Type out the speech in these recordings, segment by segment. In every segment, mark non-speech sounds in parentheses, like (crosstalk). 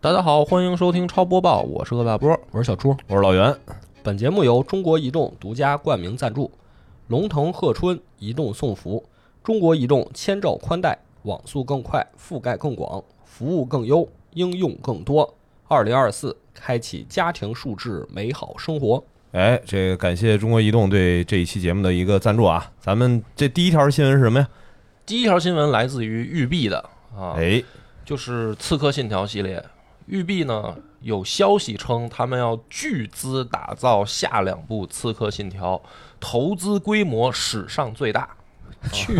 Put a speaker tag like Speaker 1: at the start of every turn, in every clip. Speaker 1: 大家好，欢迎收听超播报，我是恶霸波，
Speaker 2: 我是小朱，
Speaker 3: 我是老袁。
Speaker 2: 本节目由中国移动独家冠名赞助，龙腾鹤春移动送服，中国移动千兆宽带，网速更快，覆盖更广，服务更优，应用更多。二零二四，开启家庭数字美好生活。
Speaker 3: 哎，这个感谢中国移动对这一期节目的一个赞助啊！咱们这第一条新闻是什么呀？
Speaker 1: 第一条新闻来自于育碧的啊，
Speaker 3: 哎， (laughs)
Speaker 1: 就是《刺客信条》系列。育碧呢有消息称，他们要巨资打造下两部《刺客信条》，投资规模史上最大。
Speaker 2: 去，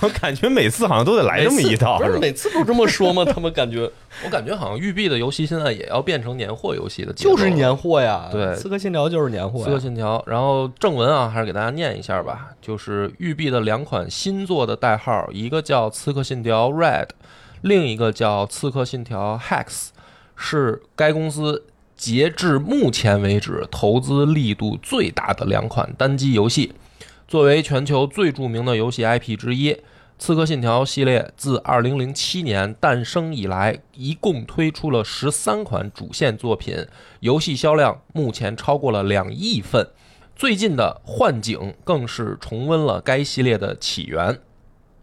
Speaker 3: 我感觉每次好像都得哎来这么一套，
Speaker 2: 不是
Speaker 3: 是吧？
Speaker 2: 每次都这么说吗？他们感
Speaker 3: (laughs)
Speaker 2: 觉
Speaker 1: 我感觉好像育碧的游戏现在也要变成年货游戏的节奏
Speaker 2: 就是
Speaker 1: 了
Speaker 2: 年货呀，
Speaker 1: 对
Speaker 2: 刺客信条就是年货
Speaker 1: 刺客
Speaker 2: 呀。
Speaker 1: 信条，然后正文啊，还是给大家念一下吧。就是育碧的两款新作的代号，一个叫《刺客信条 Red》，另一个叫《刺客信条 Hex》，是该公司截至目前为止投资力度最大的两款单机游戏。作为全球最著名的游戏 IP 之一，《刺客信条》系列自2007年诞生以来，一共推出了十三款主线作品，游戏销量目前超过了两亿份。最近的《幻景》更是重温了该系列的起源。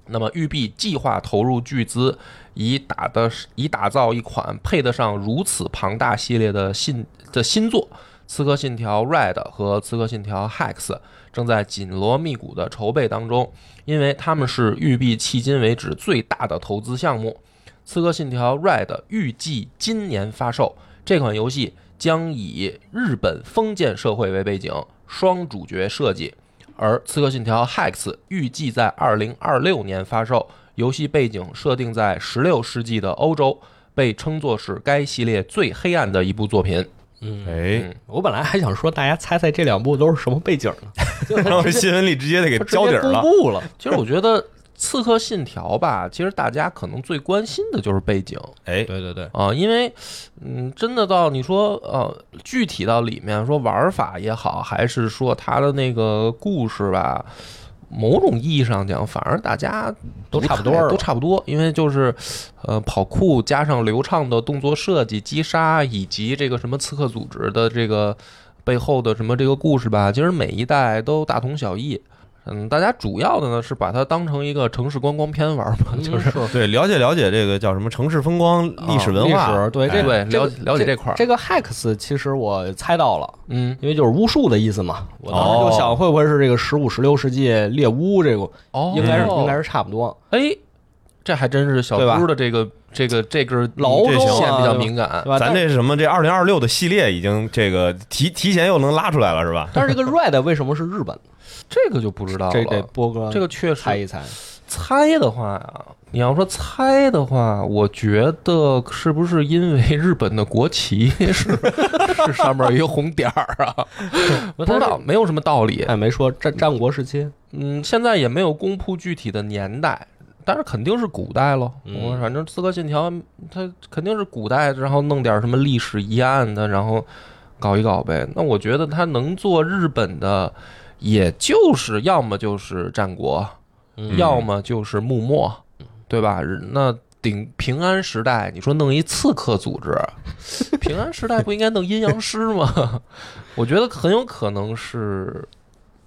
Speaker 1: 那么，育碧计划投入巨资，以打的以打造一款配得上如此庞大系列的新的新作。《刺客信条 Red》和《刺客信条 Hex》正在紧锣密鼓的筹备当中，因为他们是育碧迄今为止最大的投资项目。《刺客信条 Red》预计今年发售，这款游戏将以日本封建社会为背景，双主角设计；而《刺客信条 Hex》预计在二零二六年发售，游戏背景设定在十六世纪的欧洲，被称作是该系列最黑暗的一部作品。
Speaker 2: 嗯
Speaker 3: 哎，
Speaker 2: 我本来还想说，大家猜猜这两部都是什么背景呢？
Speaker 3: (laughs) 然后新闻里直接得给
Speaker 2: 他直
Speaker 3: 交底
Speaker 2: 接
Speaker 3: 儿
Speaker 2: 公
Speaker 3: 了。
Speaker 2: 布了，
Speaker 1: 其实我觉得《刺客信条》吧，其实大家可能最关心的就是背景
Speaker 3: 哎，
Speaker 2: 对对对，
Speaker 1: 啊、因为，嗯，真的到你说呃，具体到里面说玩法也好，还是说它的那个故事吧，某种意义上讲，反而大家
Speaker 2: 都
Speaker 1: 不
Speaker 2: 差
Speaker 1: 太
Speaker 2: 不多儿
Speaker 1: 都
Speaker 2: 了
Speaker 1: 差不多，因为就是，呃，跑酷加上流畅的动作设计、击杀，以及这个什么刺客组织的这个背后的什么这个故事吧，其实每一代都大同小异。嗯，大家主要的呢是把它当成一个城市观光片玩嘛， (laughs) 就是
Speaker 2: 嗯
Speaker 3: 对，了解了解这个叫什么城市风光、历史文
Speaker 2: 啊历
Speaker 3: 化
Speaker 2: 史，对
Speaker 3: 哎
Speaker 2: 这
Speaker 1: 对了
Speaker 2: 这
Speaker 1: 了解这块儿，
Speaker 2: 这个 hex 其实我猜到了，
Speaker 1: 嗯，
Speaker 2: 因为就是巫术的意思嘛。我当时就想，会不会是这个十五、十六世纪猎巫这个，
Speaker 1: 哦，
Speaker 2: 应该是
Speaker 1: 哦
Speaker 2: 应该是差不多。
Speaker 1: 哎，这还真是小
Speaker 2: 对吧
Speaker 1: 猪的这个这个这根
Speaker 2: 老
Speaker 1: 这
Speaker 3: 狗啊
Speaker 1: 线比
Speaker 2: 对
Speaker 1: 较
Speaker 2: 吧
Speaker 1: 敏感
Speaker 2: 对。吧？
Speaker 3: 咱
Speaker 2: 但
Speaker 3: 这是什么？这二零二六的系列已经这个提提前又能拉出来了，是吧？
Speaker 2: (laughs) 但是这个 red 为什么是日本？
Speaker 1: 这个就不知道
Speaker 2: (laughs) 这得
Speaker 1: 了。
Speaker 2: 波哥
Speaker 1: 这个确
Speaker 2: 猜
Speaker 1: 实
Speaker 2: 一猜。
Speaker 1: 猜的话呀，你要说猜的话，我觉得是不是因为日本的国旗是 (laughs) 是上面有一个红点儿啊？不知道，没有什么道理。
Speaker 2: 哎，没说战战国时期，
Speaker 1: 嗯，现在也没有公布具体的年代，但是肯定是古代咯。
Speaker 2: 嗯
Speaker 1: 我反正《刺客信条》它肯定是古代，然后弄点什么历史疑案的，然后搞一搞呗。那我觉得它能做日本的，也就是要么就是战国，
Speaker 2: 嗯
Speaker 1: 要么就是幕末，对吧？那顶平安时代，你说弄一刺客组织，平安时代不应该弄阴阳师吗？ (laughs) 我觉得很有可能是，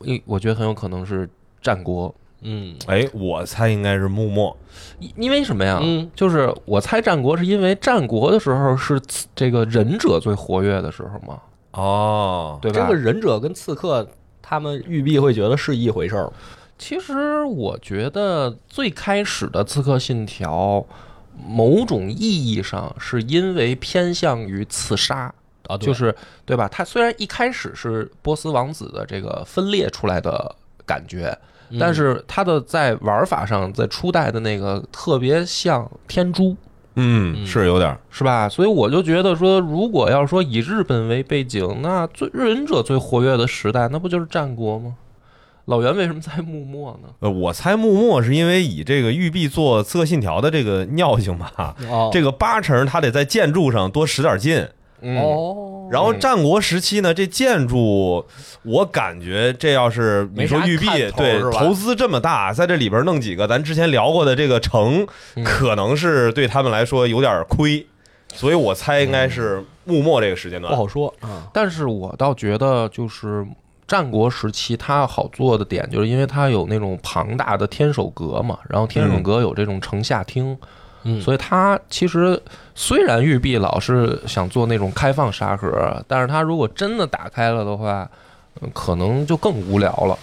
Speaker 1: 一我觉得很有可能是战国，
Speaker 2: 嗯
Speaker 3: 哎，我猜应该是幕末。
Speaker 1: 因因为什么呀？
Speaker 2: 嗯
Speaker 1: 就是我猜战国是因为战国的时候是刺这个忍者最活跃的时候嘛，
Speaker 3: 哦，
Speaker 1: 对吧？
Speaker 2: 这个忍者跟刺客，他们玉璧会觉得是一回事儿吗。
Speaker 1: 其实我觉得最开始的《刺客信条》，某种意义上是因为偏向于刺杀，
Speaker 2: 啊，对
Speaker 1: 就是对吧？它虽然一开始是波斯王子的这个分裂出来的感觉，
Speaker 2: 嗯
Speaker 1: 但是它的在玩法上，在初代的那个特别像天诛。
Speaker 3: 嗯，是有点儿。
Speaker 1: 是吧？所以我就觉得说，如果要说以日本为背景，那最忍者最活跃的时代，那不就是战国吗？老袁为什么在幕末呢？
Speaker 3: 呃，我猜幕末是因为以这个玉璧做刺客信条的这个尿性吧，
Speaker 2: 哦
Speaker 3: 这个八成他得在建筑上多使点劲。
Speaker 1: 嗯
Speaker 2: 哦，
Speaker 3: 然后战国时期呢，这建筑我感觉这要是你
Speaker 2: 没啥
Speaker 3: 说玉璧
Speaker 2: 看头
Speaker 3: 对
Speaker 2: 是吧
Speaker 3: 投资这么大，在这里边弄几个咱之前聊过的这个城
Speaker 1: 嗯，
Speaker 3: 可能是对他们来说有点亏。所以我猜应该是幕末这个时间
Speaker 2: 不
Speaker 3: 段。
Speaker 2: 好说啊。
Speaker 1: 但是我倒觉得，就是战国时期它好做的点，就是因为它有那种庞大的天守阁嘛，然后天守阁有这种城下町，
Speaker 2: 嗯
Speaker 1: 所以它其实虽然玉璧老是想做那种开放沙盒，但是它如果真的打开了的话。嗯可能就更无聊了，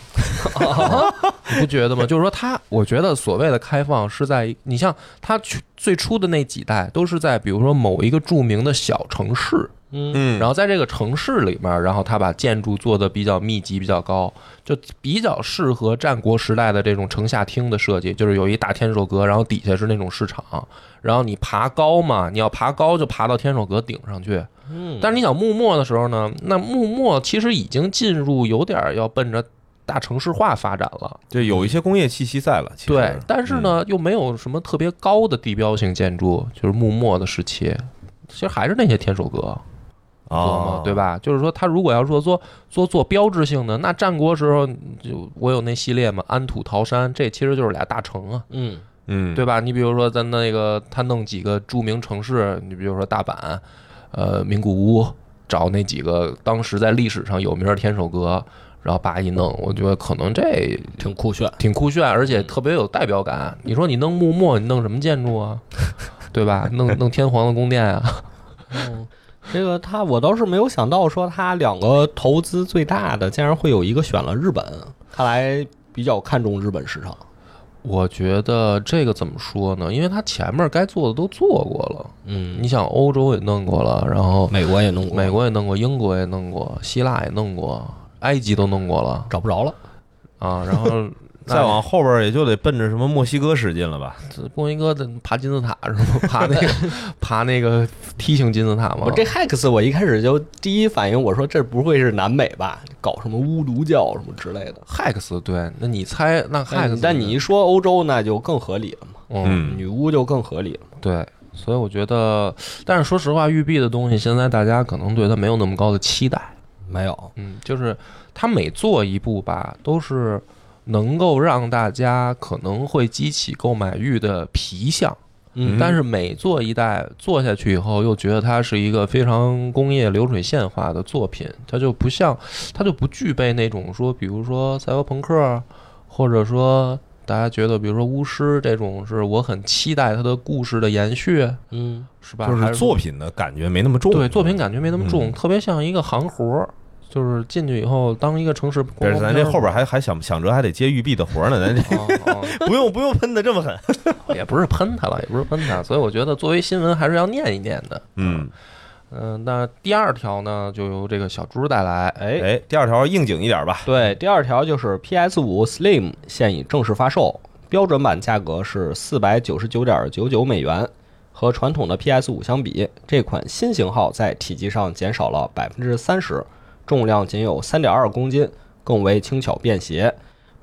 Speaker 1: 你不觉得吗？就是说它，我觉得所谓的开放是在你像它去最初的那几代都是在比如说某一个著名的小城市，
Speaker 2: 嗯
Speaker 3: 嗯，
Speaker 1: 然
Speaker 3: 后
Speaker 1: 后在这个城市里面，然后他把建筑做的比较密集、比较高，就比较适合战国时代的这种城下町的设计，就是有一大天守阁，然后底下是那种市场，然后你爬高嘛，你要爬高就爬到天守阁顶上去。
Speaker 2: 嗯，
Speaker 1: 但是你想幕末的时候呢，那幕末其实已经进入有点儿要奔着大城市化发展了，
Speaker 3: 就有一些工业气息在了。其实嗯
Speaker 1: 对，但是，呢又没有什么特别高的地标性建筑，就是幕末的时期，其实还是那些天守阁。
Speaker 3: 嗯
Speaker 1: 琢
Speaker 3: 啊
Speaker 1: 磨，，对？吧？就是说，他如果要说做做做标志性的，那战国时候就我有那系列嘛，安土桃山，这其实就是俩大城啊，
Speaker 2: 嗯
Speaker 3: 嗯，
Speaker 1: 对吧？你比如说咱那个他弄几个著名城市，你比如说大阪，呃，名古屋，找那几个当时在历史上有名的天守阁，然后叭一弄，我觉得可能这
Speaker 2: 挺酷炫。
Speaker 1: 挺酷炫，而且特别有代表感。你说你弄幕末，你弄什么建筑啊？对吧？弄弄天皇的宫殿啊？
Speaker 2: 嗯，这个他我倒是没有想到，说他两个投资最大的，竟然会有一个选了日本，看来比较看重日本市场。
Speaker 1: 我觉得这个怎么说呢？因为他前面该做的都做过了，
Speaker 2: 嗯，
Speaker 1: 你想欧洲也弄过了，然后
Speaker 2: 美国也弄过，
Speaker 1: 美国也弄过，英国也弄过，希腊也弄过，埃及都弄过了
Speaker 2: 找不着了。
Speaker 1: 啊，
Speaker 2: (laughs)
Speaker 1: 然后那
Speaker 3: 再往后边也就得奔着什么墨西哥使劲了吧？
Speaker 1: 墨西哥的爬金字塔是吗？ (laughs) 爬那个爬那个梯形金字塔吗
Speaker 2: 我？这 Hex 我一开始就第一反应，我说这不会是南美吧？搞什么巫毒教什么之类的。
Speaker 1: Hex 对，那你猜那 Hex？
Speaker 2: 嗯但你一说欧洲，那就更合理了嘛，
Speaker 1: 嗯
Speaker 2: 女巫就更合理了嘛。
Speaker 1: 对，所以我觉得，但是说实话，育碧的东西现在大家可能对它没有那么高的期待。
Speaker 2: 没有，
Speaker 1: 嗯，就是他每做一步吧，都是能够让大家可能会激起购买欲的皮相，
Speaker 2: 嗯
Speaker 1: 但是每做一代做下去以后，又觉得它是一个非常工业流水线化的作品，它就不像，它就不具备那种说，比如说赛博朋克，或者说。大家觉得，比如说巫师这种，是我很期待它的故事的延续，
Speaker 2: 嗯，
Speaker 1: 是吧？
Speaker 3: 就
Speaker 1: 还
Speaker 3: 是
Speaker 1: 是
Speaker 3: 作品的感觉没那么重，
Speaker 1: 对，作品感觉没那么重，
Speaker 3: 嗯
Speaker 1: 特别像一个行活儿，就是进去以后当一个城市观光片
Speaker 3: 但
Speaker 1: 儿。
Speaker 3: 是咱这后边还还想想着还得接玉璧的活呢，
Speaker 1: (laughs)
Speaker 3: 咱这
Speaker 1: 哦哦
Speaker 3: 不用不用喷的这么狠。
Speaker 1: 也不是喷他了，也不是喷他，所以我觉得作为新闻还是要念一念的。
Speaker 3: 嗯，
Speaker 1: 嗯、那第二条呢，就由这个小猪带来。哎，
Speaker 3: 哎，第二条应景一点吧。
Speaker 2: 对，第二条就是 PS 五 Slim 现已正式发售，标准版价格是四百九十九点九九美元。和传统的 PS 五相比，这款新型号在体积上减少了百分之三十，重量仅有三点二公斤，更为轻巧便携。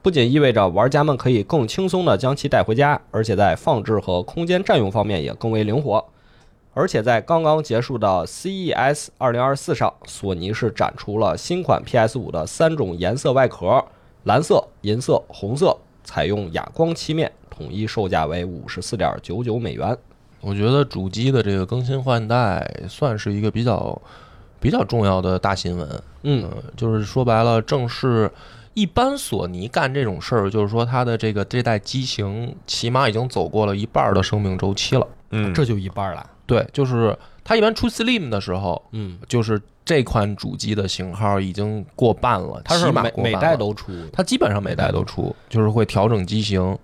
Speaker 2: 不仅意味着玩家们可以更轻松地将其带回家，而且在放置和空间占用方面也更为灵活。而且在刚刚结束的 E CES 2024上，索尼是展出了新款 PS5 的三种颜色外壳：蓝色、银色、红色，采用哑光漆面，统一售价为五十四点九九美元。
Speaker 1: 我觉得主机的这个更新换代算是一个比较比较重要的大新闻。
Speaker 2: 嗯，
Speaker 1: 呃就是说白了，正是一般索尼干这种事儿，就是说它的这个这代机型起码已经走过了一半儿的生命周期了。
Speaker 3: 嗯，
Speaker 2: 这就一半了。
Speaker 1: 对，就是它一般出 Slim 的时候，
Speaker 2: 嗯，
Speaker 1: 就是这款主机的型号已经过半了，
Speaker 2: 它是
Speaker 1: 起码
Speaker 2: 每
Speaker 1: 过半
Speaker 2: 每
Speaker 1: 了
Speaker 2: 代，都出，
Speaker 1: 它基本上每代都出，就是会调整机型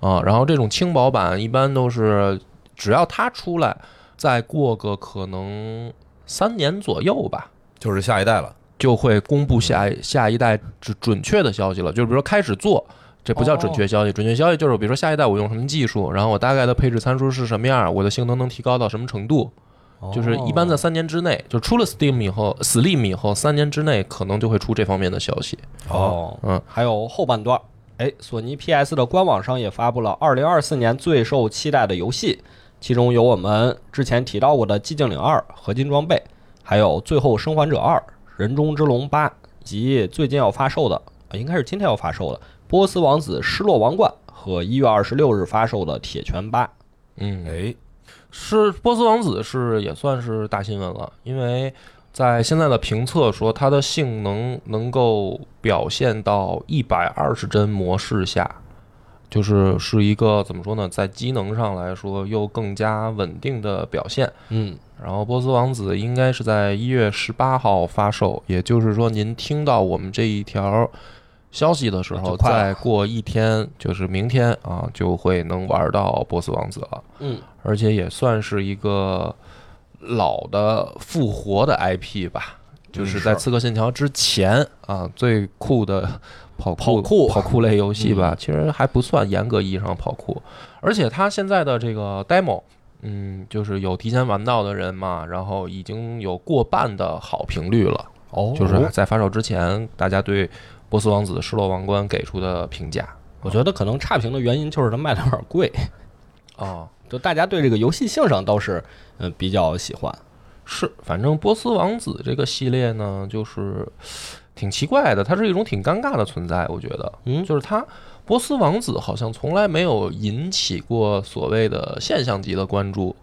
Speaker 1: 啊。然后这种轻薄版一般都是，只要它出来，再过个可能三年左右吧。
Speaker 3: 就是下一代了。
Speaker 1: 就会公布下一下一代准准确的消息了，就是比如说开始做，这不叫准
Speaker 2: 哦
Speaker 1: 确消息，准确消息就是比如说下一代我用什么技术，然后我大概的配置参数是什么样，我的性能能提高到什么程度，就是
Speaker 2: 哦
Speaker 1: 一般在三年之内，就出了 Steam 以后，Slim 以后三年之内可能就会出这方面的消息。
Speaker 2: 哦，
Speaker 1: 嗯，
Speaker 2: 还有后半段儿，哎，索尼 PS 的官网上也发布了2024年最受期待的游戏，其中有我们之前提到过的《寂静岭二》合金装备，还有《最后生还者二》《人中之龙八》，以及最近要发售的，呃应该是今天要发售的《波斯王子失落王冠》和一月二十六日发售的《铁拳八》。
Speaker 1: 嗯，
Speaker 3: 哎，
Speaker 1: 是波斯王子是也算是大新闻了，因为在现在的评测说它的性能能够表现到一百二十帧模式下，就是是一个怎么说呢，在机能上来说又更加稳定的表现。
Speaker 2: 嗯，
Speaker 1: 然后波斯王子应该是在一月十八号发售，也就是说，您听到我们这一条消息的时
Speaker 2: 那就
Speaker 1: 候，
Speaker 2: 快了
Speaker 1: 再过一天，就是明天啊，就会能玩到波斯王子了。
Speaker 2: 嗯，
Speaker 1: 而且也算是一个老的复活的 IP 吧，就是
Speaker 2: 嗯
Speaker 1: 在《刺客信条》之前啊，最酷的跑
Speaker 2: 跑
Speaker 1: 酷
Speaker 2: 酷嗯
Speaker 1: 跑酷类游戏吧，其实还不算严格意义上跑酷，而且它现在的这个 demo。嗯，就是有提前玩到的人嘛，然后已经有过半的好评率了，
Speaker 2: 哦
Speaker 1: 就是在发售之前，大家对《波斯王子：失落王冠》给出的评价
Speaker 2: 我觉得可能差评的原因就是它卖的有点贵，
Speaker 1: 啊，
Speaker 2: 就大家对这个游戏性上倒是嗯、呃比较喜欢。
Speaker 1: 是，反正波斯王子这个系列呢，就是挺奇怪的，它是一种挺尴尬的存在，我觉得，
Speaker 2: 嗯
Speaker 1: 就是它波斯王子好像从来没有引起过所谓的现象级的关注，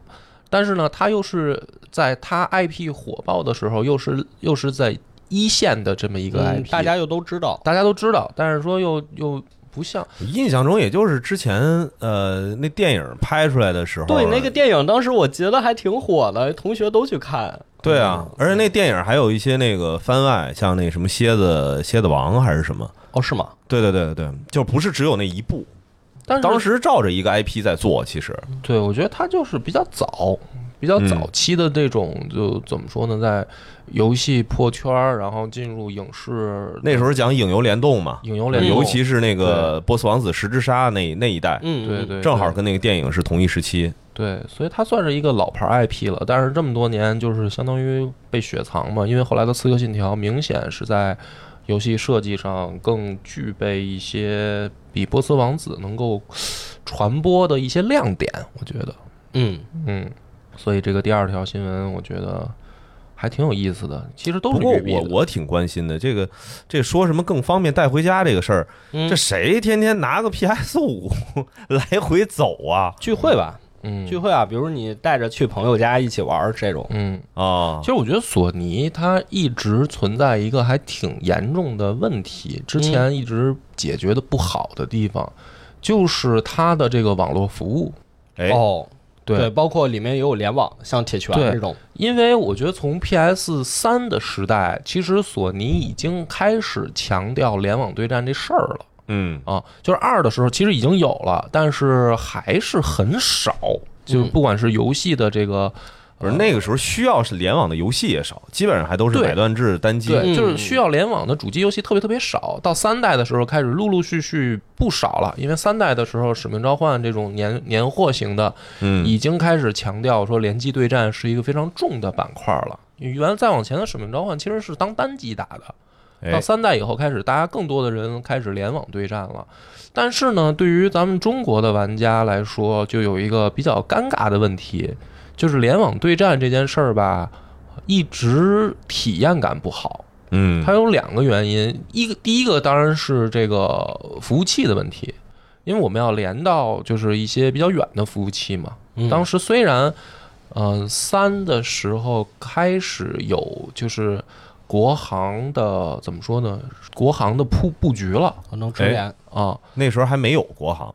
Speaker 1: 但是呢，它又是在它 IP 火爆的时候，又是又是在一线的这么一个
Speaker 2: 嗯
Speaker 1: IP，、
Speaker 2: 大家又都知道，
Speaker 1: 大家都知道，但是说又又不像
Speaker 3: 印象中也就是之前呃那电影拍出来的时候，
Speaker 2: 对那个电影，当时我觉得还挺火的，同学都去看。
Speaker 3: 对啊，而且那电影还有一些那个番外，像那什么蝎子蝎子王还是什么。
Speaker 2: 哦，是吗？
Speaker 3: 对对对对对，就不是只有那一部，
Speaker 1: 但是
Speaker 3: 当时照着一个 IP 在做，其实
Speaker 1: 对，我觉得它就是比较早，比较早
Speaker 3: 嗯
Speaker 1: 期的这种，就怎么说呢，在游戏破圈儿，然后进入影视
Speaker 3: 那时候讲影游联动嘛，
Speaker 1: 影游联动，
Speaker 3: 尤其是那个波斯王子十之沙那那一代，
Speaker 2: 嗯，
Speaker 1: 对
Speaker 2: 嗯，
Speaker 1: 对，
Speaker 3: 正好跟那个电影是同一时期。
Speaker 1: 对，所以它算是一个老牌儿 IP 了。但是这么多年，就是相当于被雪藏嘛，因为后来的《刺客信条》明显是在游戏设计上更具备一些比波斯王子能够传播的一些亮点，我觉得。
Speaker 2: 嗯，
Speaker 1: 嗯，所以这个第二条新闻，我觉得还挺有意思的。其实都
Speaker 3: 不
Speaker 1: 是
Speaker 3: 过
Speaker 1: 育碧
Speaker 3: 我
Speaker 1: 的
Speaker 3: 我挺关心的，这个这说什么更方便带回家这个事儿，
Speaker 2: 嗯
Speaker 3: 这谁天天拿个 PS 五 (laughs) 来回走啊？
Speaker 2: 聚会吧，
Speaker 1: 嗯
Speaker 2: 聚会啊，比如你带着去朋友家一起玩儿这种，
Speaker 1: 嗯，
Speaker 3: 啊
Speaker 1: 其，实我觉得索尼它一直存在一个还挺严重的问题，
Speaker 3: 嗯
Speaker 1: 之前一直解决的不好的地方，就是它的这个网络服务。
Speaker 3: 哎，
Speaker 2: 哦，
Speaker 1: 对
Speaker 2: 包括里面也有联网，像铁拳
Speaker 1: 对
Speaker 2: 这种，
Speaker 1: 因为我觉得从 PS 三的时代，其实索尼已经开始强调联网对战这事儿了。
Speaker 3: 嗯，
Speaker 1: 啊，就是二的时候其实已经有了，但是还是很少。就
Speaker 3: 嗯
Speaker 1: 不管是游戏的这个，
Speaker 3: 不是那个时候需要是联网的游戏也少，基本上还都是
Speaker 1: 对
Speaker 3: 买断制单机。
Speaker 1: 对，
Speaker 2: 嗯
Speaker 1: 就是需要联网的主机游戏特别特别少。到三代的时候开始陆陆续续不少了，因为三代的时候《使命召唤》这种年年货型的
Speaker 3: 嗯，
Speaker 1: 已经开始强调说联机对战是一个非常重的板块了。原来再往前的《使命召唤》其实是当单机打的，到
Speaker 3: 哎，
Speaker 1: 三代以后开始，大家更多的人开始联网对战了。但是呢，对于咱们中国的玩家来说，就有一个比较尴尬的问题，就是联网对战这件事儿吧，一直体验感不好。
Speaker 3: 嗯，
Speaker 1: 它有两个原因，一个第一个当然是这个服务器的问题，因为我们要连到就是一些比较远的服务器嘛。
Speaker 2: 嗯
Speaker 1: 当时虽然，嗯、三的时候开始有就是国行的怎么说呢，国行的布布局了
Speaker 2: 能支援，
Speaker 1: 啊。
Speaker 3: 那时候还没有国行。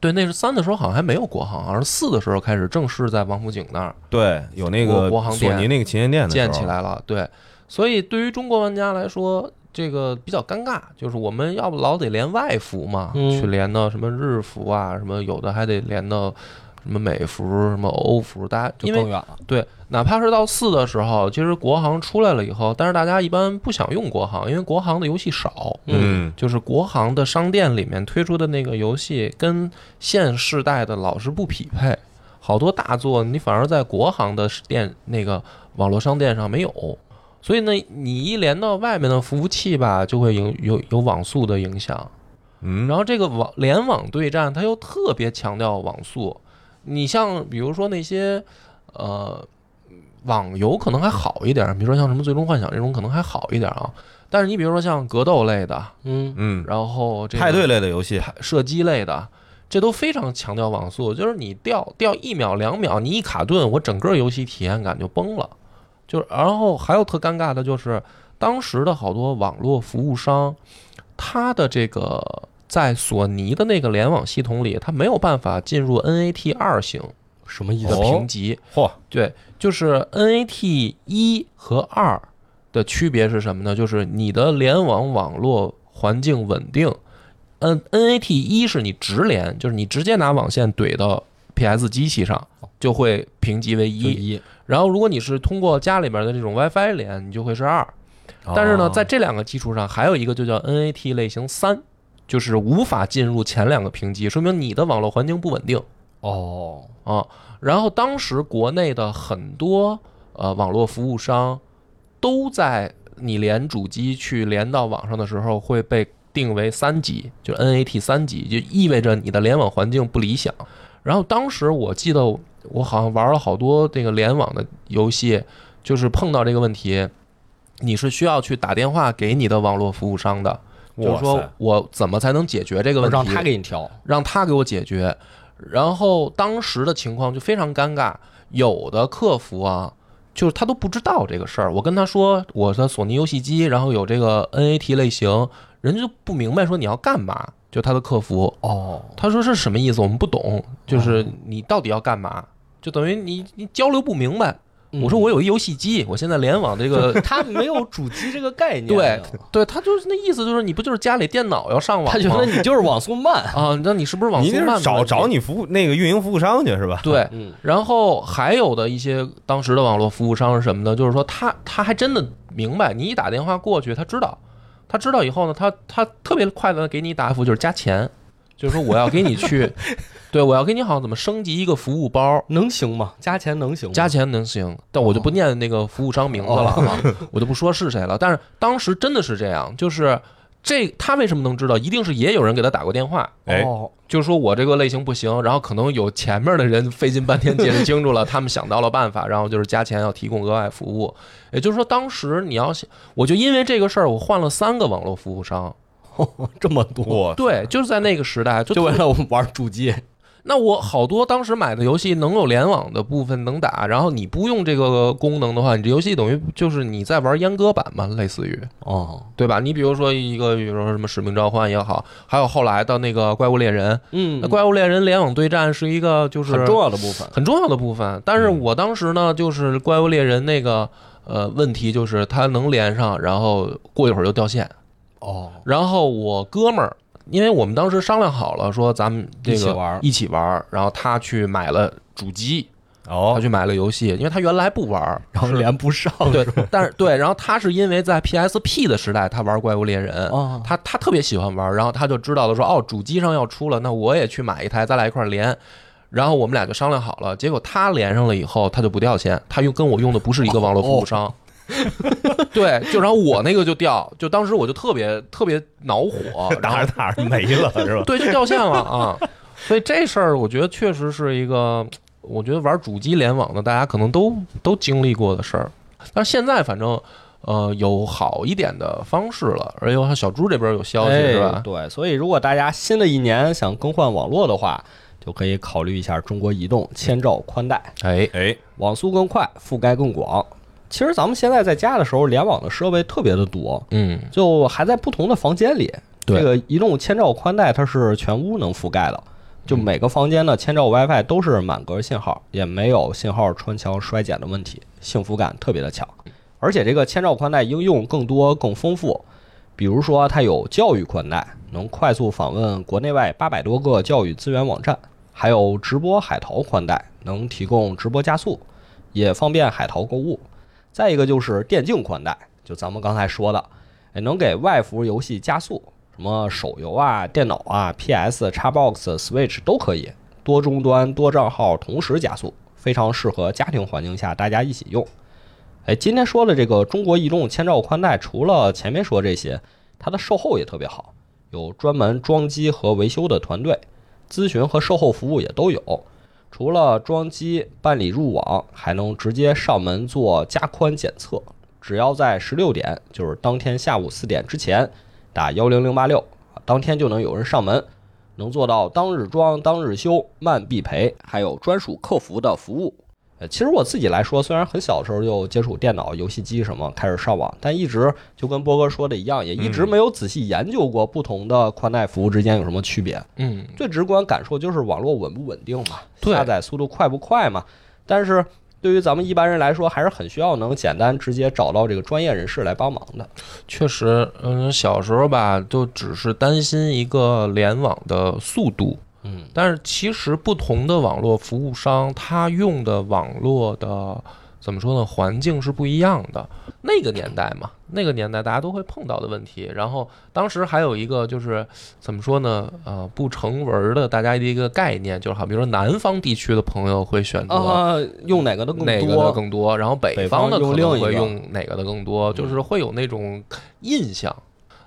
Speaker 1: 对，那是三的时候好像还没有国行，而四的时候开始正式在王府井那儿
Speaker 3: 对，有那个
Speaker 1: 国国行
Speaker 3: 索
Speaker 1: 店
Speaker 3: 尼那个旗舰店的时候
Speaker 1: 建起。来了。对，所以对于中国玩家来说，这个比较尴尬，就是我们要不老得连外服嘛，
Speaker 2: 嗯
Speaker 1: 去连到什么日服啊，什么有的还得连到什么美服、什么欧服，大家
Speaker 2: 就
Speaker 1: 因为
Speaker 2: 更远了。
Speaker 1: 对，哪怕是到四的时候，其实国行出来了以后，但是大家一般不想用国行，因为国行的游戏少，
Speaker 3: 嗯，
Speaker 1: 就是国行的商店里面推出的那个游戏跟现世代的老是不匹配，好多大作你反而在国行的店那个网络商店上没有，所以呢，你一连到外面的服务器吧，就会有有有网速的影响。
Speaker 3: 嗯，
Speaker 1: 然后这个网联网对战，它又特别强调网速。你像比如说那些呃网游可能还好一点，比如说像什么《最终幻想》这种可能还好一点啊。但是你比如说像格斗类的，
Speaker 2: 嗯，
Speaker 3: 嗯，
Speaker 1: 然后这个
Speaker 3: 派对类的游戏，
Speaker 1: 射击类的这都非常强调网速，就是你掉掉一秒两秒，你一卡顿，我整个游戏体验感就崩了。就是，然后还有特尴尬的就是，当时的好多网络服务商，它的这个在索尼的那个联网系统里，它没有办法进入 NAT 二型
Speaker 2: 什么意思
Speaker 1: 的？评级。
Speaker 3: 嚯，
Speaker 1: 对，就是 NAT 一和二的区别是什么呢？就是你的联网网络环境稳定，嗯，NAT 一是你直连，就是你直接拿网线怼到 PS 机器上，就会评级为
Speaker 2: 就
Speaker 1: 一。
Speaker 2: 一，
Speaker 1: 然后如果你是通过家里边的这种 WiFi 连，你就会是二。
Speaker 3: 哦
Speaker 1: 但是呢，在这两个基础上，还有一个就叫 NAT 类型三，就是无法进入前两个评级，说明你的网络环境不稳定。
Speaker 2: 哦，
Speaker 1: 啊。然后当时国内的很多呃网络服务商都在你连主机去连到网上的时候会被定为三级，就是 NAT 三级，就意味着你的联网环境不理想。然后当时我记得我好像玩了好多这个联网的游戏，就是碰到这个问题，你是需要去打电话给你的网络服务商的，就是
Speaker 3: 哇
Speaker 1: 说
Speaker 3: 塞
Speaker 1: 我怎么才能解决这个问题？
Speaker 2: 让他给你调，
Speaker 1: 让他给我解决。然后当时的情况就非常尴尬，有的客服啊，就是他都不知道这个事儿。我跟他说我的索尼游戏机，然后有这个 NAT 类型，人家就不明白说你要干嘛，就他的客服，
Speaker 2: 哦，，
Speaker 1: 他说是什么意思，我们不懂，就是你到底要干嘛，就等于你你交流不明白。我说我有一游戏机，我现在联网这个
Speaker 2: (laughs) 他没有主机这个概念，
Speaker 1: 对，对他就是那意思，就是你不就是家里电脑要上网吗？
Speaker 2: 他觉得你就是网速慢，
Speaker 1: 啊，那你是不是网
Speaker 3: 你
Speaker 1: 速
Speaker 3: 那
Speaker 1: 慢？
Speaker 3: 是找找你服务那个运营服务商去是吧？
Speaker 1: 对，
Speaker 2: (laughs) 嗯，
Speaker 1: 然后还有的一些当时的网络服务商是什么呢？就是说他他还真的明白，你一打电话过去，他知道，他知道以后呢，他他特别快的给你答复就是加钱，就是说我要给你去，对我要给你好像怎么升级一个服务包。
Speaker 2: 能行吗？加钱能行吗？
Speaker 1: 加钱能行，但我就不念那个服务商名字了啊， (laughs) 我就不说是谁了。但是当时真的是这样，就是这他为什么能知道？一定是也有人给他打过电话，
Speaker 3: 哎，
Speaker 2: 哦，
Speaker 1: 就说我这个类型不行，然后可能有前面的人费尽半天解释清楚了，他们想到了办法，然后就是加钱要提供额外服务。也就是说，当时你要想，我就因为这个事儿，我换了三个网络服务商。
Speaker 2: (laughs) 这么多，
Speaker 3: 我
Speaker 1: 对，就是在那个时代，就
Speaker 2: 就为了我们玩主机，
Speaker 1: 那我好多当时买的游戏能有联网的部分能打，然后你不用这个功能的话，你这游戏等于就是你在玩阉割版嘛，类似于。
Speaker 2: 哦，
Speaker 1: 对吧？你比如说一个，比如说什么《使命召唤》也好，还有后来的那个《怪物猎人》，
Speaker 2: 嗯
Speaker 1: 那《怪物猎人》联网对战是一个就是
Speaker 2: 很重要的部分，
Speaker 1: 很重要的部分。但
Speaker 2: 嗯
Speaker 1: 是我当时呢，就是《怪物猎人》那个呃问题，就是它能连上，然后过一会儿就掉线。
Speaker 2: 哦，
Speaker 1: 然后我哥们儿，因为我们当时商量好了，说咱们这个
Speaker 2: 一起玩儿
Speaker 1: 一起玩儿然后他去买了主机，他
Speaker 3: 哦
Speaker 1: 去买了游戏，因为他原来不玩儿。
Speaker 2: 然后连不上，
Speaker 1: 对，但是对，然后他是因为在 PSP 的时代，他玩《怪物猎人》
Speaker 2: (laughs) 哦
Speaker 1: 他他特别喜欢玩，然后他就知道了说，哦，主机上要出了，那我也去买一台，咱俩一块儿连。然后我们俩就商量好了，结果他连上了以后，他就不掉线，他用跟我用的不是一个网络服务商。 (laughs) 对，就然后我那个就掉，就当时我就特别特别恼火，然后
Speaker 3: 打着打着没了是 (laughs) 吧？
Speaker 1: (laughs) 对，就掉线了啊。所以这事儿，我觉得确实是一个，我觉得玩主机联网的，大家可能都都经历过的事儿。但是现在反正，呃，有好一点的方式了，而且小猪这边有消息、
Speaker 2: 哎
Speaker 1: 是吧？
Speaker 2: 对，所以如果大家新的一年想更换网络的话，就可以考虑一下中国移动千兆宽带，
Speaker 1: 哎，
Speaker 3: 哎，
Speaker 2: 网速更快，覆盖更广。其实咱们现在在家的时候，联网的设备特别的多，
Speaker 1: 嗯，
Speaker 2: 就还在不同的房间里。
Speaker 1: 对
Speaker 2: 这个移动千兆宽带它是全屋能覆盖的，
Speaker 1: 嗯
Speaker 2: 就每个房间的千兆 WiFi 都是满格信号，也没有信号穿墙衰减的问题，幸福感特别的强。而且这个千兆宽带应用更多更丰富，比如说它有教育宽带，能快速访问国内外八百多个教育资源网站，还有直播海淘宽带，能提供直播加速，也方便海淘购物。再一个就是电竞宽带，就咱们刚才说的，也能给外服游戏加速，什么手游啊、电脑啊、PS、Xbox、Switch 都可以，多终端、多账号同时加速，非常适合家庭环境下大家一起用。哎，今天说的这个中国移动千兆宽带，除了前面说这些，它的售后也特别好，有专门装机和维修的团队，咨询和售后服务也都有。除了装机办理入网，还能直接上门做加宽检测，只要在十六点，啊就是当天下午四点之前打幺零零八六，当天就能有人上门。能做到当日装、当日修、慢必赔，还有专属客服的服务。呃，其实我自己来说，虽然很小的时候就接触电脑、游戏机什么，开始上网，但一直就跟波哥说的一样，也一直没有仔细研究过不同的宽带服务之间有什么区别。
Speaker 1: 嗯，
Speaker 2: 最直观感受就是网络稳不稳定嘛，
Speaker 1: 对
Speaker 2: 下载速度快不快嘛。但是对于咱们一般人来说，还是很需要能简单直接找到这个专业人士来帮忙的。
Speaker 1: 确实，嗯，小时候吧，就只是担心一个联网的速度，
Speaker 2: 嗯，
Speaker 1: 但是其实不同的网络服务商，它用的网络的怎么说呢，环境是不一样的。那个年代嘛，那个年代大家都会碰到的问题。然后当时还有一个就是怎么说呢，呃，不成文儿的大家的一个概念，就是好，比如说南方地区的朋友会选择、
Speaker 2: 啊、用哪个的更
Speaker 1: 哪个的
Speaker 2: 多？
Speaker 1: 更多，然后北方的
Speaker 2: 北
Speaker 1: 可
Speaker 2: 方
Speaker 1: 能
Speaker 2: 用
Speaker 1: 会
Speaker 2: 另一个嗯
Speaker 1: 用哪个的更多，就是会有那种印象。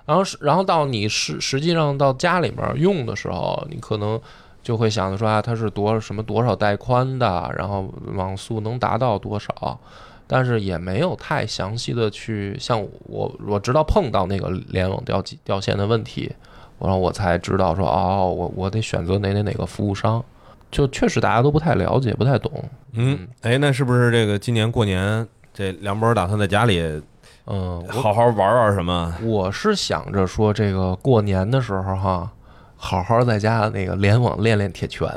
Speaker 1: 然后是，然后到你实实际上到家里面用的时候，你可能就会想着说啊，它是多什么多少带宽的，然后网速能达到多少，但是也没有太详细的去像我我直到碰到那个联网掉掉线的问题，然后我才知道说哦，我我得选择哪哪哪个服务商，就确实大家都不太了解，不太懂，
Speaker 3: 嗯，哎，那是不是这个今年过年这梁波打算在家里
Speaker 1: 嗯，我
Speaker 3: 好好玩玩什么？
Speaker 1: 我是想着说，这个过年的时候哈，好好在家那个联网练练铁拳，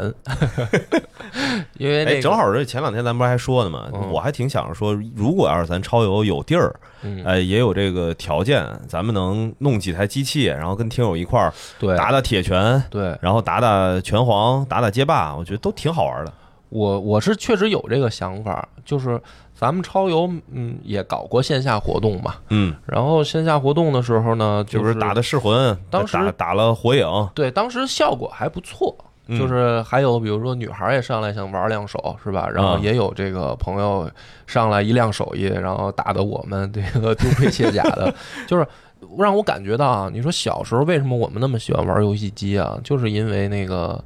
Speaker 1: (laughs) 因为那
Speaker 3: 哎，
Speaker 1: 个
Speaker 3: 正好这前两天咱不是还说呢嘛，
Speaker 1: 嗯
Speaker 3: 我还挺想着说，如果要是咱超游有地儿，
Speaker 1: 嗯
Speaker 3: 哎，也有这个条件，咱们能弄几台机器，然后跟听友一块儿
Speaker 1: 对
Speaker 3: 打打铁拳，
Speaker 1: 对，
Speaker 3: 然后打打拳皇，打打街霸，我觉得都挺好玩的。
Speaker 1: 我我是确实有这个想法，就是咱们超游嗯也搞过线下活动嘛，
Speaker 3: 嗯，
Speaker 1: 然后线下活动的时候呢，
Speaker 3: 就是是打的噬魂，
Speaker 1: 当时
Speaker 3: 打打了火影，
Speaker 1: 对，当时效果还不错。
Speaker 3: 嗯
Speaker 1: 就是还有，比如说女孩也上来想玩两手，是吧？然后
Speaker 3: 嗯
Speaker 1: 也有这个朋友上来一亮手艺，然后打得我们这个丢盔卸甲的， (laughs) 就是让我感觉到啊，你说小时候为什么我们那么喜欢玩游戏机啊？就是因为那个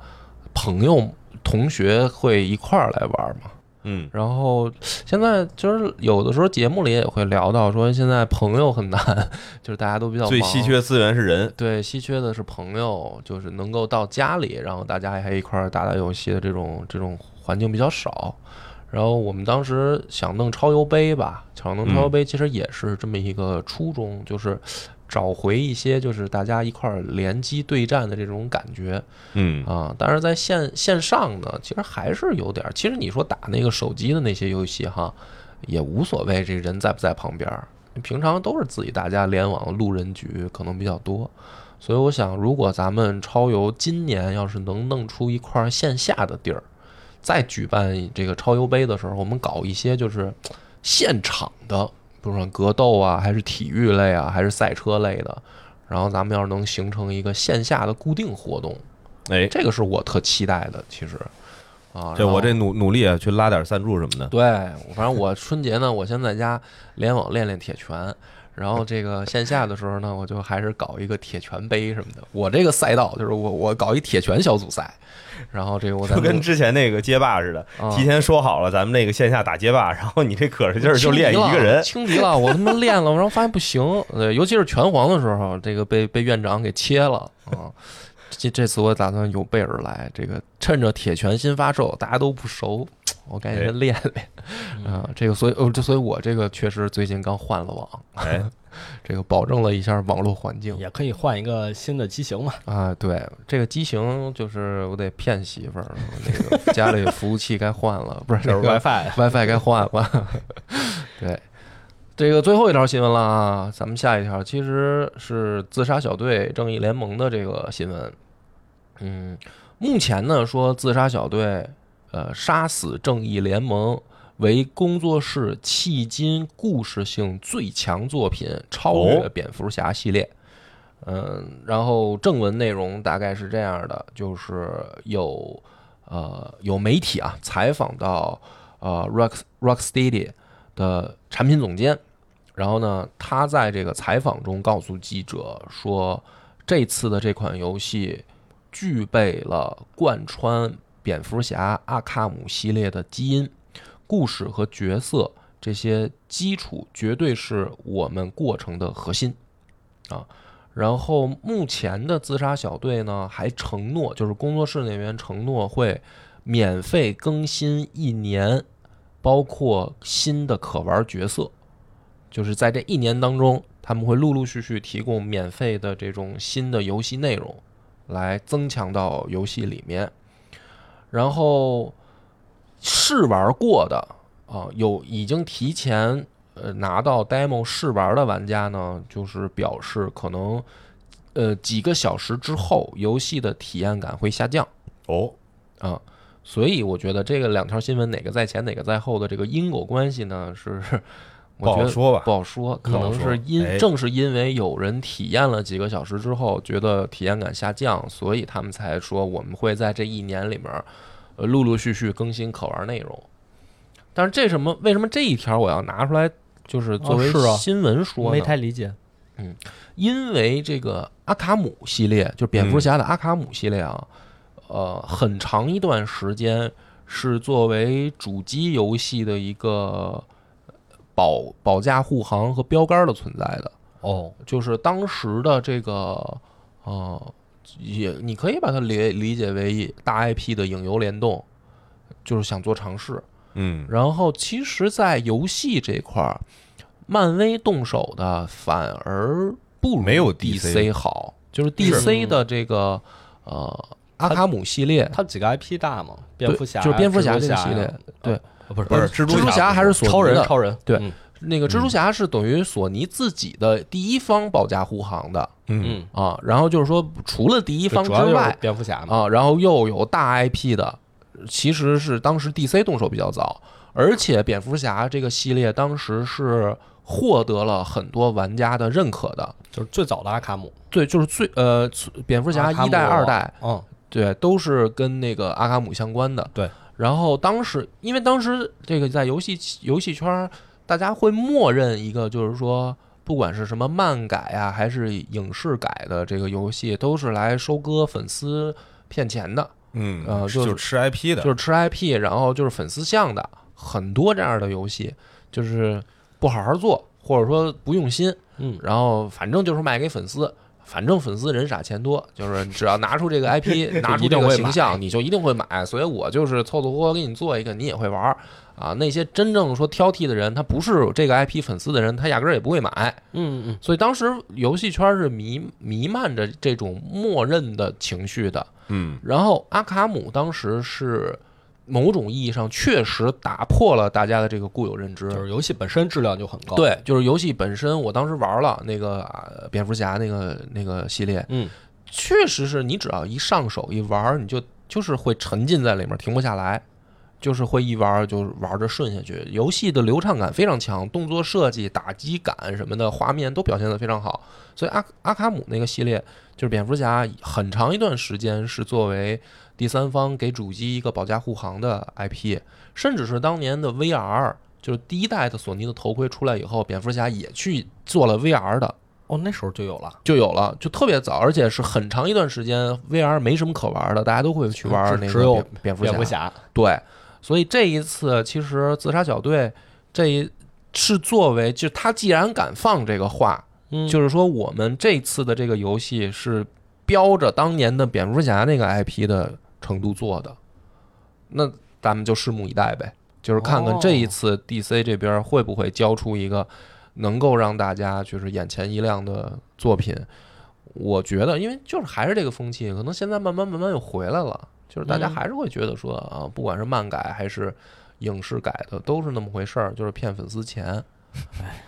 Speaker 1: 朋友、同学会一块儿来玩嘛。
Speaker 3: 嗯，
Speaker 1: 然后现在就是有的时候节目里也会聊到说，现在朋友很难， (laughs) 就是大家都比较忙
Speaker 3: 最稀缺资源是人。
Speaker 1: 对，稀缺的是朋友，就是能够到家里，然后大家还一块儿打打游戏的这种这种环境比较少。然后我们当时想弄超游杯吧，想弄超游杯，其实也是这么一个初衷，就是找回一些就是大家一块儿联机对战的这种感觉
Speaker 3: 嗯，
Speaker 1: 啊。但是在线线上呢，其实还是有点儿。其实你说打那个手机的那些游戏哈，也无所谓，这人在不在旁边儿，平常都是自己大家联网路人局可能比较多，所以我想，如果咱们超游今年要是能弄出一块线下的地儿，再举办这个超游杯的时候，我们搞一些就是现场的，比如说格斗啊，还是体育类啊，还是赛车类的。然后咱们要是能形成一个线下的固定活动，
Speaker 3: 哎，
Speaker 1: 这个是我特期待的。其实，啊，
Speaker 3: 这
Speaker 1: 然后
Speaker 3: 我这努努力啊，去拉点赞助什么的。
Speaker 1: 对，我反正我春节呢，我先在家联网练练铁拳，然后这个线下的时候呢，我就还是搞一个铁拳杯什么的。我这个赛道就是我我搞一铁拳小组赛，然后这个我咱
Speaker 3: 就跟
Speaker 1: 们
Speaker 3: 之前那个街霸似的
Speaker 1: 啊，
Speaker 3: 提前说好了，咱们那个线下打街霸，然后你这可着劲儿就练一个人，
Speaker 1: 轻敌了，轻敌了我他妈练了，然后发现不行，对，尤其是拳皇的时候，这个被被院长给切了啊。这这次我打算有备而来，这个趁着铁拳新发售，大家都不熟，我赶紧
Speaker 3: 哎
Speaker 1: 先练练啊。这个所以哦，这所以我这个确实最近刚换了网，
Speaker 3: 哎，
Speaker 1: 这个保证了一下网络环境
Speaker 2: 也可以换一个新的机型嘛。
Speaker 1: 啊。对，这个机型就是我得骗媳妇儿，那个家里服务器该换了，不是
Speaker 2: 就是
Speaker 1: 那个
Speaker 2: (laughs) WiFi，
Speaker 1: WiFi 该换
Speaker 3: (laughs)
Speaker 1: 了。对，这个最后一条新闻了啊，咱们下一条其实是自杀小队正义联盟的这个新闻。嗯，目前呢说自杀小队呃杀死正义联盟。为工作室迄今故事性最强作品，超越
Speaker 3: 哦
Speaker 1: 蝙蝠侠系列。嗯，然后正文内容大概是这样的，就是有呃有媒体啊采访到呃 Rock Rocksteady 的产品总监，然后呢，他在这个采访中告诉记者说，这次的这款游戏具备了贯穿蝙蝠侠、阿卡姆系列的基因，故事和角色这些基础绝对是我们过程的核心啊。然后目前的自杀小队呢，还承诺，就是工作室那边承诺会免费更新一年，包括新的可玩角色，就是在这一年当中，他们会陆陆续续提供免费的这种新的游戏内容，来增强到游戏里面。然后试玩过的啊、有已经提前呃拿到 demo 试玩的玩家呢，就是表示可能呃几个小时之后，游戏的体验感会下降。
Speaker 3: 哦，
Speaker 1: 啊，所以我觉得这个两条新闻哪个在前哪个在后的这个因果关系呢，是 (laughs) 我
Speaker 3: 不
Speaker 1: 觉
Speaker 3: 好
Speaker 1: 得
Speaker 3: 说吧
Speaker 1: 不好说，可
Speaker 3: 不好
Speaker 1: 能
Speaker 3: 说
Speaker 1: 是因
Speaker 3: 哎
Speaker 1: 正是因为有人体验了几个小时之后，觉得体验感下降，所以他们才说我们会在这一年里面，呃，陆陆续续更新可玩内容。但是这什么？为什么这一条我要拿出来，哦就是作
Speaker 2: 啊
Speaker 1: 为
Speaker 2: 是啊
Speaker 1: 新闻说
Speaker 2: 没
Speaker 1: 呢？
Speaker 2: 太理解。
Speaker 1: 因为这个阿卡姆系列，就是蝙蝠侠的阿卡姆系列啊，呃，很长一段时间是作为主机游戏的一个保保驾护航和标杆的存在的。
Speaker 2: 哦，
Speaker 1: 就是当时的这个，呃，也你可以把它理理解为大 IP 的影游联动，就是想做尝试。
Speaker 3: 嗯，
Speaker 1: 然后，其实，在游戏这块儿，漫威动手的反而不如
Speaker 3: 没有
Speaker 1: DC 好，就是 DC 的这个呃阿卡姆系列，
Speaker 2: 他几个 IP 大嘛，蝙蝠侠
Speaker 1: 对就是蝙蝠侠
Speaker 2: 蜘蛛
Speaker 1: 这个系列
Speaker 2: 呀
Speaker 1: 对
Speaker 2: 啊不是
Speaker 3: 不是
Speaker 1: 蜘
Speaker 3: 蛛
Speaker 1: 蛛
Speaker 3: 侠
Speaker 1: 侠还是索尼
Speaker 2: 超人
Speaker 1: 的
Speaker 2: 超人
Speaker 1: 对
Speaker 2: 嗯
Speaker 1: 那个蜘蛛侠是等于索尼自己的第一方保驾护航的
Speaker 3: 嗯，
Speaker 2: 嗯，
Speaker 1: 啊。然后就是说，除了第一
Speaker 2: 一
Speaker 1: 方之外
Speaker 2: 蝙蝠侠嘛，
Speaker 1: 啊，然后又有大 IP 的，其实是当时 DC 动手比较早，而且蝙蝠侠这个系列当时是获得了很多玩家的认可的。
Speaker 2: 就是最早的阿卡姆，
Speaker 1: 对，就是最呃，蝙蝠侠
Speaker 2: 阿卡姆
Speaker 1: 一代、二代，，
Speaker 2: 嗯，
Speaker 1: 对，都是跟那个阿卡姆相关的。
Speaker 2: 对，
Speaker 1: 然后当时因为当时这个在游戏游戏圈儿，大家会默认一个就是说，不管是什么漫改啊，还是影视改的这个游戏，都是来收割粉丝骗钱的，
Speaker 3: 嗯
Speaker 1: 呃
Speaker 3: 就
Speaker 1: 就是
Speaker 3: 吃 IP 的，
Speaker 1: 就是吃 IP，然后就是粉丝向的，很多这样的游戏就是不好好做，或者说不用心。
Speaker 2: 嗯，
Speaker 1: 然后反正就是卖给粉丝，反正粉丝人傻钱多，就是只要拿出这个 IP，拿出这个形象，你就一定会买。所以我就是凑凑合合给你做一个，你也会玩儿啊。那些真正说挑剔的人，他不是这个 IP 粉丝的人，他压根儿也不会买。
Speaker 2: 嗯嗯
Speaker 1: 所以当时游戏圈是弥弥漫着这种默认的情绪的。
Speaker 3: 嗯
Speaker 1: 然后阿卡姆当时是某种意义上确实打破了大家的这个固有认知，
Speaker 2: 嗯，就是游戏本身质量就很高，，
Speaker 1: 对，就是游戏本身，我当时玩了那个、啊蝙蝠侠那个那个系列，
Speaker 2: 嗯，
Speaker 1: 确实是你只要一上手一玩儿，你就就是会沉浸在里面，停不下来，就是会一玩儿就玩着顺下去。游戏的流畅感非常强，动作设计、打击感什么的，画面都表现得非常好。所以阿阿卡姆那个系列，就是蝙蝠侠，很长一段时间是作为第三方给主机一个保驾护航的 IP，甚至是当年的 VR。就是第一代的索尼的头盔出来以后，蝙蝠侠也去做了 VR 的，
Speaker 2: 哦，那时候就有了，
Speaker 1: 就有了，就特别早，而且是很长一段时间 VR 没什么可玩的，大家都会去玩
Speaker 2: 嗯只
Speaker 1: 那个
Speaker 2: 只有
Speaker 1: 蝙蝙蝠
Speaker 2: 蝙蝠
Speaker 1: 侠。
Speaker 2: 侠，
Speaker 1: 对，所以这一次其实自杀小队这一是作为，就他既然敢放这个话，
Speaker 2: 嗯
Speaker 1: 就是说我们这次的这个游戏是标着当年的蝙蝠侠那个 IP 的程度做的，那咱们就拭目以待呗，就是看看
Speaker 2: 哦
Speaker 1: 这一次 DC 这边会不会交出一个能够让大家就是眼前一亮的作品。我觉得，因为就是还是这个风气，可能现在慢慢慢慢又回来了，就是大家
Speaker 2: 嗯
Speaker 1: 还是会觉得说啊，不管是漫改还是影视改的，都是那么回事儿，就是骗粉丝钱。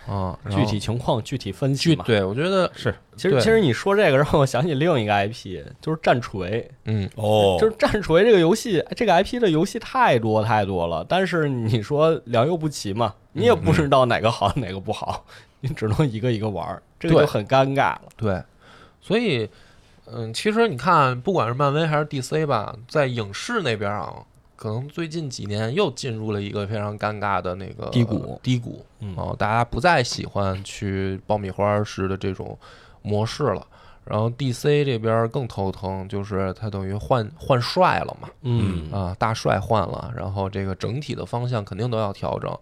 Speaker 1: 啊，然后
Speaker 2: 哎具体情况具体分析
Speaker 1: 具
Speaker 2: 嘛。
Speaker 1: 对，我觉得
Speaker 3: 是，
Speaker 2: 其实
Speaker 1: 对
Speaker 2: 其实你说这个让我想起另一个 IP，就是战锤，
Speaker 1: 嗯，
Speaker 3: 哦，
Speaker 2: 就是战锤这个游戏，这个 IP 的游戏太多太多了，但是你说良莠不齐嘛，
Speaker 1: 嗯
Speaker 2: 你也不知道哪个好哪个不好，你只能一个一个玩儿，这个
Speaker 1: 对
Speaker 2: 就很尴尬了。
Speaker 1: 对，所以，嗯，其实你看，不管是漫威还是 DC 吧，在影视那边啊，可能最近几年又进入了一个非常尴尬的那个
Speaker 2: 低谷
Speaker 1: 低谷，
Speaker 2: 嗯
Speaker 1: 哦，大家不再喜欢去爆米花式的这种模式了。然后 DC 这边更头疼，就是它等于换换帅了嘛，
Speaker 2: 嗯
Speaker 1: 啊，大帅换了，然后这个整体的方向肯定都要调整。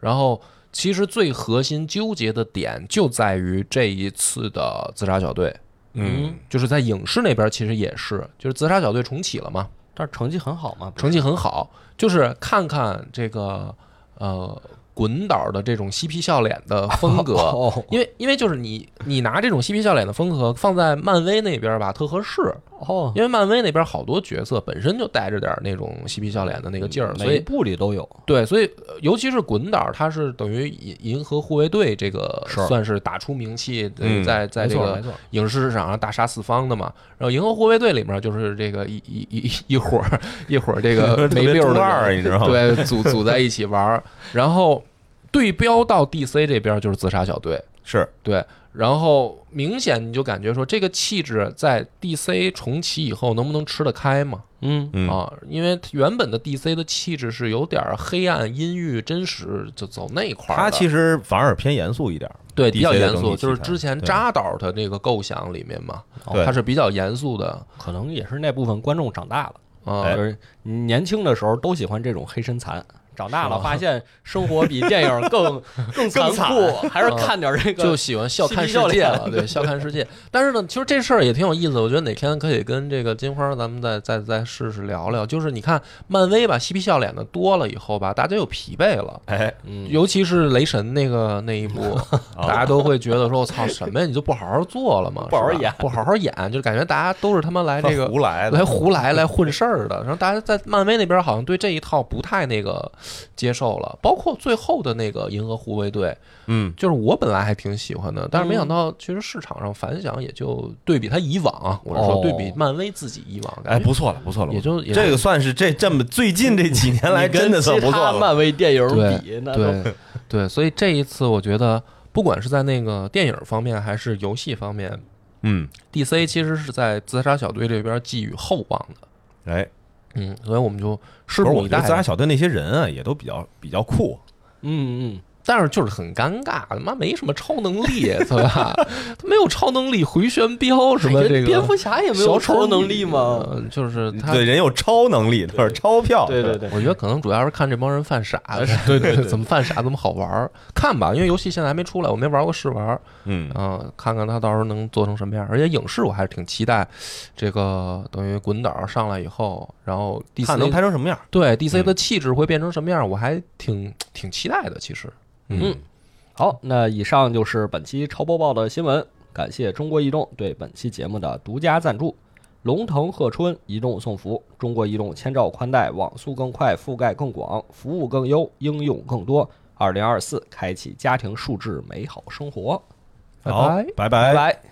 Speaker 1: 然后，其实最核心纠结的点就在于这一次的自杀小队，
Speaker 3: 嗯，
Speaker 1: 就是在影视那边其实也是，就是自杀小队重启了嘛，
Speaker 2: 但是成绩很好嘛，不是
Speaker 1: 成绩很好，就是看看这个呃滚导的这种嬉皮笑脸的风
Speaker 2: (laughs)
Speaker 1: 格。
Speaker 2: 哦
Speaker 1: 因为因为就是你你拿这种嬉皮笑脸的风格放在漫威那边吧，特合适，
Speaker 2: 哦，
Speaker 1: 因为漫威那边好多角色本身就带着点那种嬉皮笑脸的那个劲儿，所
Speaker 2: 每一
Speaker 1: 以
Speaker 2: 部里都有，
Speaker 1: 对，所以呃尤其是滚导，他是等于银银河护卫队这个
Speaker 2: 是
Speaker 1: 算是打出名气，
Speaker 3: 嗯
Speaker 1: 在在
Speaker 2: 没
Speaker 1: 这
Speaker 2: 错
Speaker 1: 个
Speaker 2: 没错，
Speaker 1: 影视市场上大杀四方的嘛。然后银河护卫队里面就是这个一一一一一伙儿一伙儿这个
Speaker 3: (laughs) 特
Speaker 1: 呃没
Speaker 3: 别
Speaker 1: 溜儿
Speaker 3: 中
Speaker 1: 的
Speaker 3: 二，啊
Speaker 1: 人
Speaker 3: 你知道吗？
Speaker 1: 对组组在一起玩儿，然后对标到 DC 这边就是自杀小队。
Speaker 3: 是，
Speaker 1: 对，然后明显你就感觉说这个气质在 DC 重启以后能不能吃得开嘛？
Speaker 2: 嗯，
Speaker 3: 嗯，
Speaker 1: 啊，因为原本的 DC 的气质是有点儿黑暗、阴郁、真实，就走那一块儿的。
Speaker 3: 他其实反而偏严肃一点儿，
Speaker 1: 对比较
Speaker 3: DC 的
Speaker 1: 严
Speaker 3: 整
Speaker 1: 肃，
Speaker 3: 体
Speaker 1: 就是
Speaker 3: 题材
Speaker 1: 之前
Speaker 3: 对哦
Speaker 1: 扎导的那个构想里面嘛，
Speaker 3: 对
Speaker 1: 它是比较严肃的
Speaker 2: 可能也是那部分观众长大了，
Speaker 1: 啊。
Speaker 3: 哎
Speaker 2: 就是年轻的时候都喜欢这种黑身残。长大
Speaker 1: 是
Speaker 2: 了，
Speaker 1: 吗
Speaker 2: 发现生活比电影更更残
Speaker 3: 更惨
Speaker 2: 酷，还是
Speaker 1: 嗯
Speaker 2: 看点这
Speaker 1: 就
Speaker 2: 个
Speaker 1: 喜欢笑看世
Speaker 2: 嬉皮
Speaker 1: 界
Speaker 2: 笑
Speaker 1: 了，对，笑看世界。但是呢，其实这事儿也挺有意思的，我觉得哪天可以跟这个金花咱们再再再试试聊聊。就是你看漫威吧，嬉皮笑脸的多了以后吧，大家又疲惫了。
Speaker 3: 哎，
Speaker 2: 嗯
Speaker 1: 尤其是雷神那
Speaker 3: (laughs)
Speaker 1: 个那一部，
Speaker 3: 啊
Speaker 1: 大家都会觉得说：“我操，什么呀？你就不好好做了
Speaker 3: (laughs)
Speaker 1: 嘛，
Speaker 2: 不好好
Speaker 1: 是吧
Speaker 2: 演
Speaker 1: 不好好演，就是感觉大家都是他妈来这个
Speaker 3: 胡 (laughs) 来的
Speaker 1: 来，胡来来混事儿的。”然后大家在漫威那边好像对这一套不太那个接受了，包括最后的那个银河护卫队，
Speaker 3: 嗯，
Speaker 1: 就是我本来还挺喜欢的，但是没想到其实市场上反响也就对比他以往啊，我是
Speaker 2: 哦
Speaker 1: 说对比漫威自己以往，
Speaker 3: 哎，
Speaker 1: 感觉
Speaker 3: 不错了，不错了，
Speaker 1: 也就也就
Speaker 3: 这个算是这这么最近这几年来
Speaker 2: 你跟
Speaker 3: 真的算不
Speaker 2: 其
Speaker 3: 错
Speaker 2: 他
Speaker 3: 了，
Speaker 2: 漫威电影
Speaker 1: 对
Speaker 2: 比，那都
Speaker 1: 对对，所以这一次我觉得，不管是在那个电影方面还是游戏方面
Speaker 3: 嗯，
Speaker 1: ，DC 其实是在自杀小队这边寄予厚望的。
Speaker 3: 哎，
Speaker 1: 嗯，所以我们就拭
Speaker 3: 不是，
Speaker 1: 目
Speaker 3: 我
Speaker 1: 以
Speaker 3: 觉得自
Speaker 1: 待
Speaker 3: 杀。小队那些人啊，也都比较比较酷，
Speaker 2: 嗯嗯，
Speaker 1: 但是就是很尴尬，他妈没什么超能力，对吧？ (laughs) 他没有超能力，回旋镖什么
Speaker 2: 哎
Speaker 1: 这个，
Speaker 2: 蝙蝠侠也没有
Speaker 1: 小丑
Speaker 2: 超
Speaker 1: 女
Speaker 2: 能力吗？
Speaker 1: 呃就是他
Speaker 3: 嗯对，人有超能力，对，钞票，
Speaker 2: 对对对，
Speaker 1: 我觉得可能主要是看这帮人犯傻，对对 (laughs) 对，怎么犯傻怎么好玩儿，看吧，因为游戏现在还没出来，我没玩过试玩，
Speaker 3: 嗯，
Speaker 1: 嗯、看看他到时候能做成什么样。而且影视我还是挺期待，这个等于滚导上来以后，然后 DC
Speaker 3: 看能拍成什么样，
Speaker 1: 对 DC
Speaker 3: 嗯
Speaker 1: 的气质会变成什么样，我还挺挺期待的。其实，
Speaker 3: 嗯，
Speaker 2: 好，那以上就是本期超播报的新闻，感谢中国移动对本期节目的独家赞助。龙腾鹤春移动送服，中国移动千兆宽带网速更快，覆盖更广，服务更优，应用更多。二零二四，开启家庭数字美好生活。
Speaker 1: 拜
Speaker 3: 好
Speaker 1: 拜，
Speaker 2: 拜
Speaker 3: 拜拜。
Speaker 2: 拜。